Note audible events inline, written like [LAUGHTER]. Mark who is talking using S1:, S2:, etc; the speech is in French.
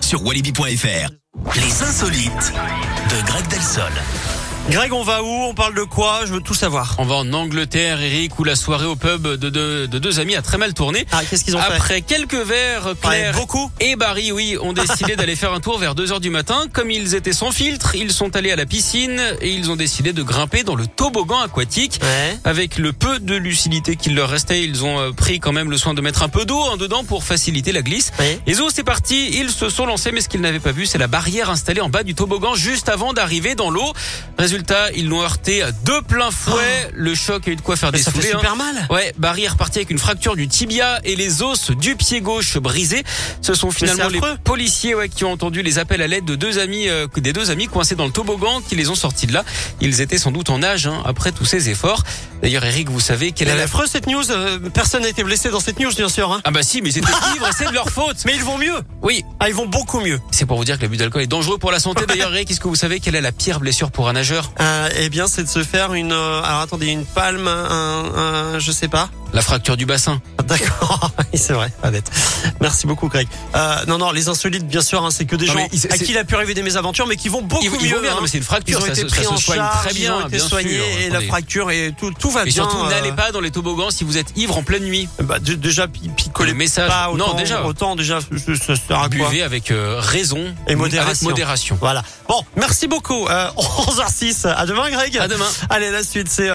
S1: sur walibi.fr. Les insolites de Greg Delsol.
S2: Greg, on va où On parle de quoi Je veux tout savoir.
S3: On va en Angleterre, Eric, où la soirée au pub de, deux- de deux amis a très mal tourné.
S2: Ah, qu'est-ce qu'ils ont fait
S3: Après quelques verres,
S2: Ouais,
S3: Claire
S2: Beaucoup
S3: et Barry, oui, ont décidé d'aller faire un tour vers 2h du matin. Comme ils étaient sans filtre, ils sont allés à la piscine et ils ont décidé de grimper dans le toboggan aquatique.
S2: Ouais.
S3: Avec le peu de lucidité qu'il leur restait, ils ont euh, pris quand même le soin de mettre un peu d'eau en dedans pour faciliter la glisse.
S2: Oui.
S3: Les eaux, c'est parti. Ils se sont lancés, mais ce qu'ils n'avaient pas vu, c'est la barrière installée en bas du toboggan juste avant d'arriver dans l'eau. Résultat, ils l'ont heurté de plein fouet. Le choc a eu de quoi
S2: Oh.
S3: faire
S2: Mais
S3: des
S2: Bah, ça fait
S3: soulés, hein.
S2: super mal.
S3: Ouais, Barry est reparti avec une fracture du tibia et les os du pied gauche brisés. Ce sont finalement
S2: c'est
S3: les
S2: affreux.
S3: policiers ouais, qui ont entendu les appels à l'aide de deux amis, euh, des deux amis coincés dans le toboggan qui les ont sortis de là. Ils étaient sans doute en nage hein, après tous ces efforts. D'ailleurs, Eric, vous savez quelle
S2: Elle
S3: est
S2: est
S3: la...
S2: affreuse cette news. euh, Personne n'a été blessé dans cette news, bien sûr. hein.
S3: Ah bah si, mais c'était ivres, c'est de leur faute.
S2: [LAUGHS] Mais ils vont mieux.
S3: Oui,
S2: Ah, ils vont beaucoup mieux.
S3: c'est pour vous dire que l'abus d'alcool est dangereux pour la
S2: [LAUGHS]
S3: santé. D'ailleurs, Eric, est-ce que vous savez quelle est la pire blessure pour un nageur
S2: Euh, eh bien, c'est de se faire une. euh, alors attendez, une palme, un, un- je sais pas. Ah,
S3: La fracture du bassin.
S2: D'accord. [LAUGHS] Oui, c'est vrai. Pas bête. Merci beaucoup, Greg. Euh, non, non, les insolites, bien sûr, hein, c'est que des
S3: Non,
S2: gens
S3: mais ils-
S2: à
S3: c'est-
S2: qui il a pu arriver des mésaventures, mais qui vont beaucoup
S3: Ils,
S2: mieux.
S3: ils vont bien,
S2: hein.
S3: non, mais c'est une
S2: Ils
S3: fracture,
S2: ont
S3: ça,
S2: été
S3: se- ça
S2: pris
S3: se
S2: en
S3: soigne
S2: charge,
S3: très
S2: ils
S3: bien,
S2: ont été
S3: bien sûr.
S2: soignés et la
S3: Attendez.
S2: fracture et tout, tout va
S3: Et
S2: bien.
S3: surtout,
S2: euh,
S3: n'allez pas dans les toboggans si vous êtes ivre en pleine nuit.
S2: bah, de- déjà pi- picoler
S3: Le message.
S2: pas autant,
S3: Non, déjà.
S2: autant déjà je- ça sert à quoi
S3: Buvez avec euh, raison
S2: Et modération.
S3: Avec modération.
S2: [LAUGHS] Voilà. Bon, merci beaucoup. Euh, 11h06. À demain, Greg.
S3: À demain.
S2: Allez, la suite c'est euh,